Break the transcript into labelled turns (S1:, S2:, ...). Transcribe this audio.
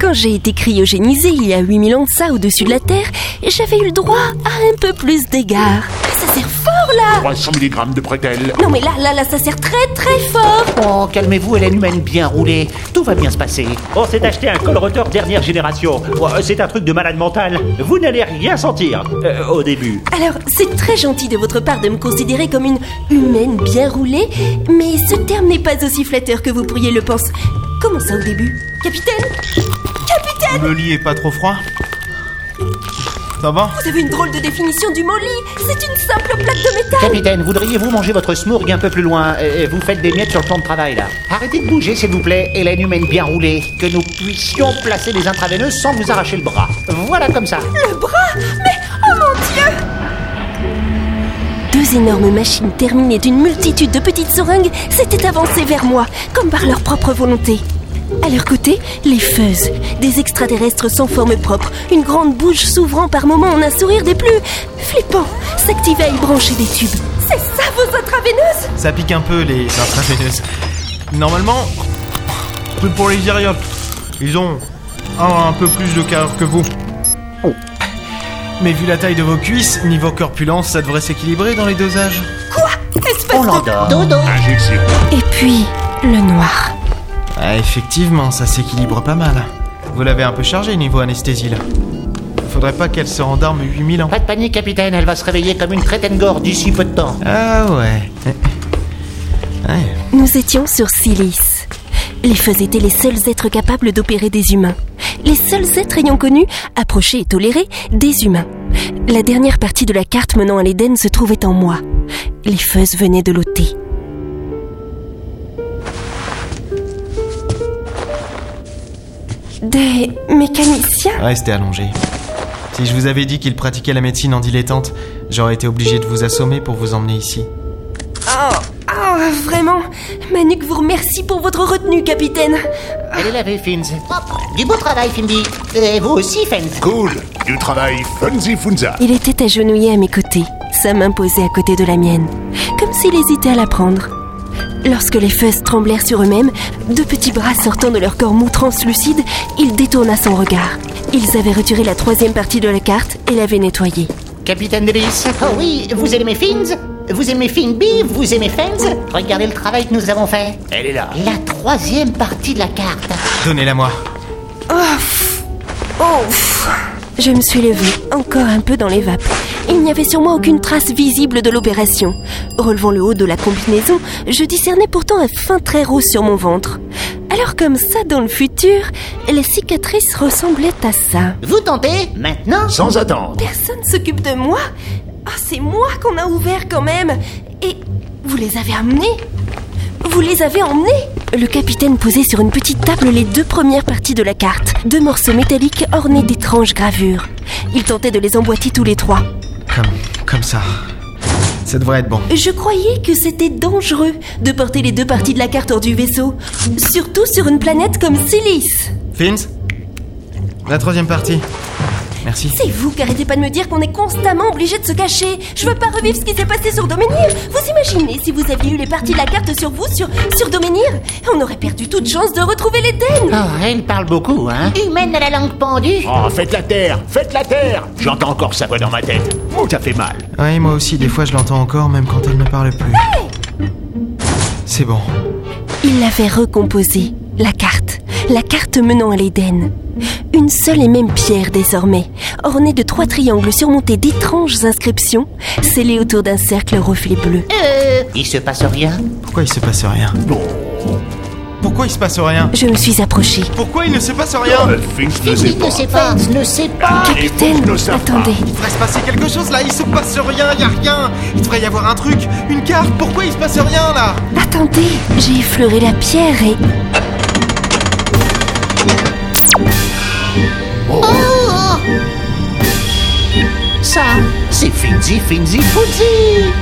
S1: bien, j'ai été cryogénisée il y a 8000 ans de ça au-dessus de la Terre et j'avais eu le droit à un peu plus d'égards. Ça sert fort là
S2: 300 mg de bretelles.
S1: Non mais là, là, là, ça sert très très fort
S3: Oh, calmez-vous, Hélène Humaine, bien roulée. Tout va bien se passer.
S4: On s'est acheté un colrotor dernière génération. Ouais, C'est un truc de malade mental. Vous n'allez rien sentir euh, au début.
S1: Alors, c'est très gentil de votre part de me considérer comme une humaine bien roulée, mais ce terme n'est pas aussi flatteur que vous pourriez le penser. Comment ça au début Capitaine Capitaine
S5: Le lit est pas trop froid Ça va
S1: Vous avez une drôle de définition du mot lit C'est une simple plaque de métal
S3: Capitaine, voudriez-vous manger votre smourg un peu plus loin Euh, Vous faites des miettes sur le plan de travail, là. Arrêtez de bouger, s'il vous plaît, Hélène Humaine bien roulée. Que nous puissions placer les intraveineuses sans vous arracher le bras. Voilà comme ça.
S1: Le bras Mais oh mon dieu Deux énormes machines terminées d'une multitude de petites seringues s'étaient avancées vers moi, comme par leur propre volonté. À leur côté, les feuses, des extraterrestres sans forme propre, une grande bouche s'ouvrant par moments en un sourire des plus flippants, s'activait à y brancher des tubes. C'est ça vos intraveineuses
S5: Ça pique un peu les intraveineuses. Normalement, c'est pour les iriotes. Ils ont un, un peu plus de cœur que vous. Mais vu la taille de vos cuisses, niveau corpulence, ça devrait s'équilibrer dans les dosages.
S1: Espèce
S3: On
S1: de-
S3: l'endort.
S2: Injection.
S1: Et puis, le noir.
S5: Ah, effectivement, ça s'équilibre pas mal. Vous l'avez un peu chargé niveau anesthésie là. Faudrait pas qu'elle se rende arme 8000 ans.
S3: Pas de panique, capitaine, elle va se réveiller comme une crétaine gore d'ici peu de temps.
S5: Ah ouais. Ouais.
S1: Nous étions sur Silis. Les feux étaient les seuls êtres capables d'opérer des humains. Les seuls êtres ayant connu, approché et toléré, des humains. La dernière partie de la carte menant à l'Éden se trouvait en moi. Les feuses venaient de l'ôter. Des mécaniciens
S5: Restez allongé. Si je vous avais dit qu'il pratiquait la médecine en dilettante, j'aurais été obligé de vous assommer pour vous emmener ici.
S1: Oh, oh, vraiment Manuk vous remercie pour votre retenue, capitaine.
S3: Elle est lavée, Fins. Propre. Du beau travail, Finby. Et vous aussi, Fins.
S2: Cool. Du travail Funzi Funza.
S1: Il était agenouillé à mes côtés, sa main posée à côté de la mienne, comme s'il hésitait à la prendre. Lorsque les feuilles tremblèrent sur eux-mêmes, deux petits bras sortant de leur corps mou translucide, il détourna son regard. Ils avaient retiré la troisième partie de la carte et l'avaient nettoyée.
S3: Capitaine Delis. Oh oui, vous aimez Fins Vous aimez Finby Vous aimez Fins Regardez le travail que nous avons fait.
S2: Elle est là.
S3: La troisième partie de la carte.
S5: Donnez-la moi.
S1: Je me suis levée, encore un peu dans les vapes. Il n'y avait sur moi aucune trace visible de l'opération. Relevant le haut de la combinaison, je discernais pourtant un fin trait rose sur mon ventre. Alors comme ça, dans le futur, les cicatrices ressemblaient à ça.
S3: Vous tentez Maintenant
S2: Sans attendre.
S1: Personne s'occupe de moi Ah, C'est moi qu'on a ouvert quand même Et vous les avez amenés Vous les avez emmenés Le capitaine posait sur une petite table les deux premières parties de la carte, deux morceaux métalliques ornés d'étranges gravures. Il tentait de les emboîter tous les trois.
S5: Comme, comme ça. Ça devrait être bon.
S1: Je croyais que c'était dangereux de porter les deux parties de la carte hors du vaisseau, surtout sur une planète comme Silice.
S5: Fins La troisième partie. Merci.
S1: C'est vous qui arrêtez pas de me dire qu'on est constamment obligé de se cacher. Je veux pas revivre ce qui s'est passé sur Doménir. Vous imaginez si vous aviez eu les parties de la carte sur vous, sur, sur Doménir On aurait perdu toute chance de retrouver l'Éden.
S3: Oh, elle parle beaucoup, hein Humaine à la langue pendue
S2: Oh, faites la terre Faites la terre J'entends encore sa voix dans ma tête. Oh, ça fait mal.
S5: Oui, moi aussi, des fois je l'entends encore, même quand elle ne parle plus. C'est bon.
S1: Il l'avait recomposée, la carte. La carte menant à l'Éden. Une seule et même pierre désormais, ornée de trois triangles surmontés d'étranges inscriptions, scellées autour d'un cercle au reflet bleu.
S3: Oh, Il se passe rien
S5: Pourquoi il se passe rien Pourquoi il se passe rien
S1: Je me suis approchée.
S5: Pourquoi il ne se passe rien
S2: Euh, Finch ne sait pas. Ah,
S3: pas ne sait pas
S2: Les
S1: Capitaine,
S2: fous ne savent pas.
S1: attendez.
S5: Il devrait se passer quelque chose là, il se passe rien, y a rien Il devrait y avoir un truc, une carte, pourquoi il se passe rien là
S1: Attendez, j'ai effleuré la pierre et...
S3: Ça, c'est Finzi, Finzi, Fuzzi